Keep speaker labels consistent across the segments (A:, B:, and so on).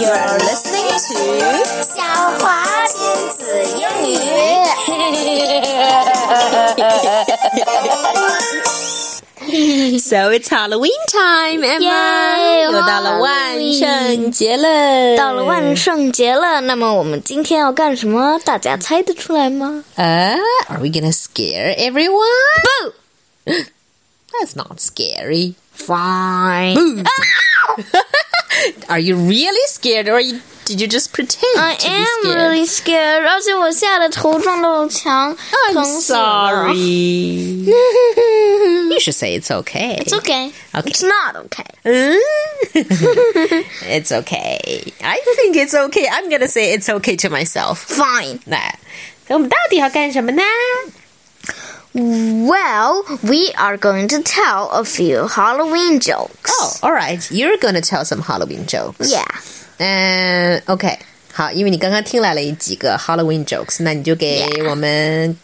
A: You're listening to
B: 小华亲
A: 子英语。So it's Halloween time, Emma！
B: Yay,
A: 又到了万圣节了，
B: 到了万圣节了，那么我们今天要干什么？大家猜得出来吗？
A: 啊、a r e we gonna scare everyone? Boo! That's not scary.
B: Fine.
A: Are you really scared, or you- did you just pretend
B: I
A: to be
B: am
A: scared?
B: really scared，而且我吓得头撞到了墙
A: I'm
B: 疼死我了
A: sorry. You should say it's okay.
B: It's okay.
A: Okay.
B: It's not okay.
A: it's okay. I think it's okay. I'm gonna say it's okay to myself.
B: Fine.
A: 来，我们到底要干什么呢
B: Well, we are going to tell a few Halloween jokes.
A: ？Oh, all right. You're gonna tell some Halloween jokes.
B: Yeah.
A: 嗯、o k 好，因为你刚刚听来了几个 Halloween jokes，那你就给
B: Yeah.
A: 我们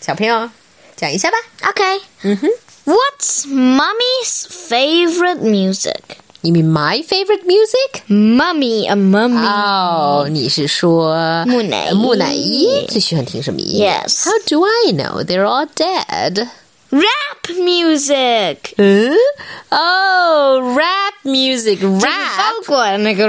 A: 小朋友讲一下吧。
B: Okay.
A: Mm-hmm.
B: What's Mummy's favorite music?
A: You mean my favorite music？
B: Mummy, a mummy.
A: Uh, 哦，你是说
B: 木乃伊
A: 木乃伊最喜欢听什么音乐
B: Yes.
A: Uh, How do I know they're all dead？
B: Rap music.
A: 嗯，哦，rap Oh, music，rap
B: 翻滚那个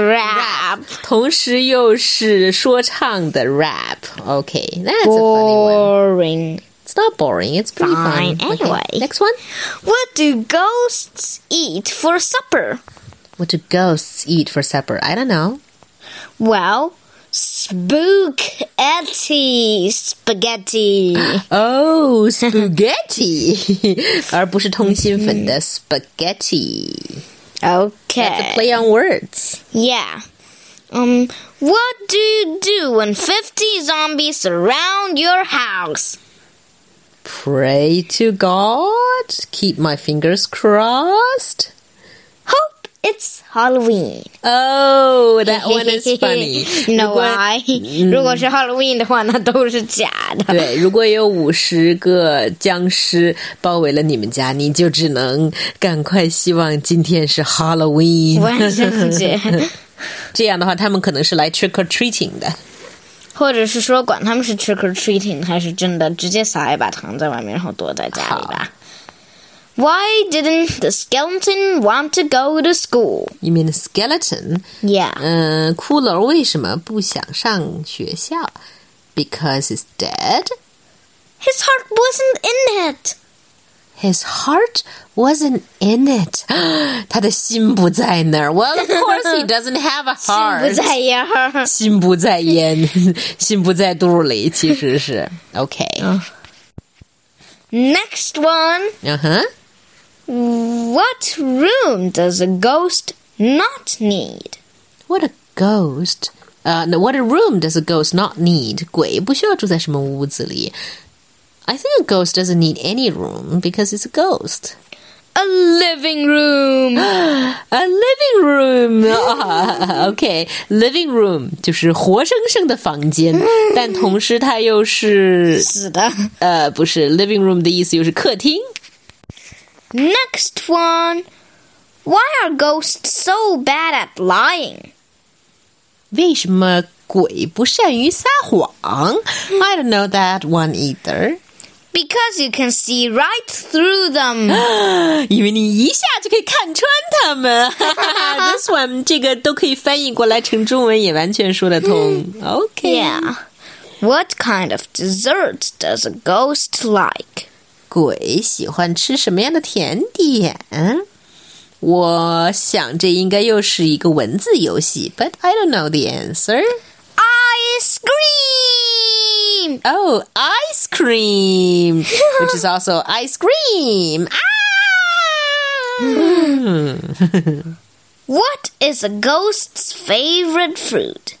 A: rap，
B: rap，
A: 同时又是说唱的 rap。OK，that's、a funny one.
B: boring.
A: It's not boring. It's pretty fun.
B: Fine, anyway.
A: Okay, next one.
B: What do ghosts eat for supper?
A: What do ghosts eat for supper? I don't know.
B: Well, spooky spaghetti.
A: Oh, spaghetti，而不是通心粉的 spaghetti。That's a
B: Okay.
A: play on words.
B: Yeah. Um. What do you do when fifty zombies surround your house?
A: Pray to God. Keep my fingers crossed.
B: Hope it's Halloween.
A: Oh, that one is funny. 如
B: no
A: 果
B: I. 如果是 Halloween 的话，那都是假的。
A: 对，如果有五十个僵尸包围了你们家，你就只能赶快希望今天是 Halloween。
B: 万圣节，
A: 这样的话，他们可能是来 trick or treating 的。
B: 或者是说，管他们是 trick or treating 还是真的，直接撒一把糖在外面，然后躲在家里吧。Why didn't the skeleton want to go to school?
A: You mean skeleton？
B: Yeah.
A: 嗯、骷髅为什么不想上学校？Because he's dead.
B: His heart wasn't in it.
A: His heart wasn't in it. 他的心不在那儿。Well, of course he doesn't have a
B: 不
A: heart.
B: 在呀。
A: 心不在 焉，心不在肚里，其实是 OK。
B: Next one.
A: 嗯哼
B: What room does a ghost not need?
A: ，What a ghost！呃、n o w h a t a room does a ghost not need？鬼不需要住在什么屋子里。I think a ghost doesn't need any room because it's a ghost.
B: A living room.
A: A living room 啊、o k living room 就是活生生的房间，但同时它又是
B: 死的。
A: 呃，不是 living room 的意思，又是客厅。
B: Next one. Why are ghosts so bad at lying?
A: 为什么鬼不善于撒谎？I don't know that one either。
B: Because you can see right through them.
A: 因为你一下就可以看穿他们。 哈哈哈 This one 这个都可以翻译过来成中文，也完全说得通。OK，、
B: yeah. What kind of dessert does a ghost like?
A: 鬼喜欢吃什么样的甜点？我想这应该又是一个文字游戏，but I don't know the answer.
B: Ice cream!
A: Oh, ice cream, which is also ice cream. Ah, 啊
B: What is a ghost's favorite fruit?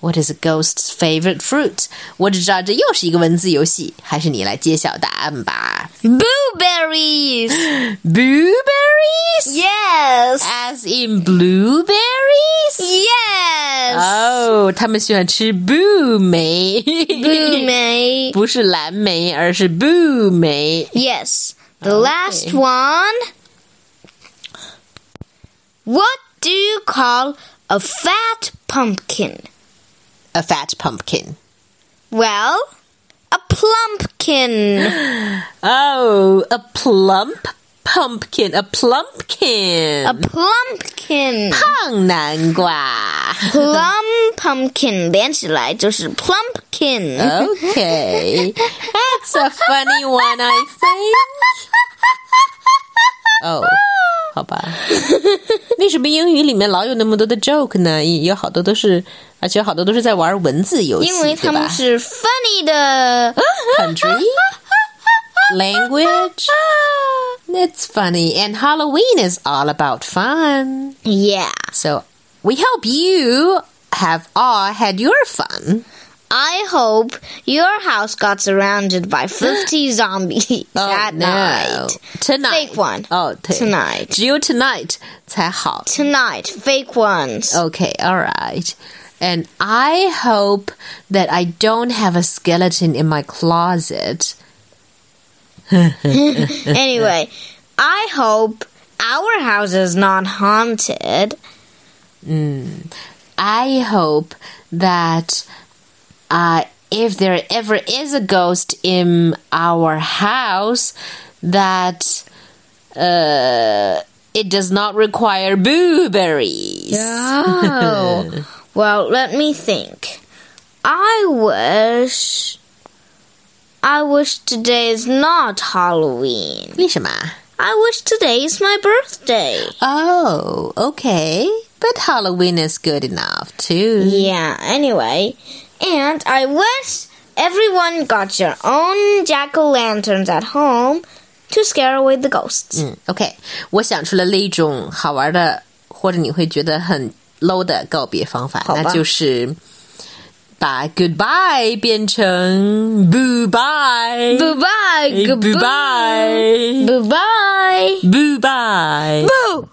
A: What is a ghost's favorite fruit？我只知道这又是一个文字游戏，还是你来揭晓答案吧。
B: Blueberries!
A: Blueberries,
B: yes!
A: as in blueberries.
B: Yes!
A: 哦，他们喜欢吃 blue 莓，
B: Blue May.
A: 不是蓝莓，而是 blue 莓。
B: Yes. The last one. What do you call a fat pumpkin.
A: A fat pumpkin.
B: Well, a plumpkin.
A: Oh, a plump pumpkin. A plumpkin.
B: a plumpkin.
A: 胖南瓜。
B: plum pumpkin 连起来就是 plumpkin。
A: Oh, Okay. That's a funny one, I think. Oh. 好吧，为什么英语里面老有那么多的 joke 呢？有好多都是，而且好多都是在玩文字游戏，
B: 因为他
A: 对吧
B: 们是 funny 的。
A: country, language. It's funny, and Halloween is all about fun.
B: Yeah,
A: So we hope you have all had your fun.
B: I hope your house got surrounded by 50 zombies
A: Oh,
B: at
A: no.
B: night.
A: tonight,
B: Fake one.
A: Oh, t-
B: Tonight.
A: 只有 tonight 才好。
B: Tonight, fake ones.
A: Okay, all right. And I hope that I don't have a skeleton in my closet.
B: Anyway, I hope our house is not haunted.
A: Hmm. I hope that uh, if there ever is a ghost in our house, that uh, it does not require blueberries.
B: Oh. well, let me think. I wish. I wish today is not Halloween.
A: 为什么?
B: I wish today is my birthday.
A: Oh, okay. But Halloween is good enough too.
B: Yeah, anyway. And I wish everyone got your own jack o' lanterns at home to scare away the ghosts.
A: 嗯，OK，我想出了另一种好玩的，或者你会觉得很 low 的告别方法，
B: 好吧
A: 那就是把 goodbye 变成 boo bye
B: Bye bye.
A: bye
B: Goodbye. Bye bye.
A: boo bye
B: Boo!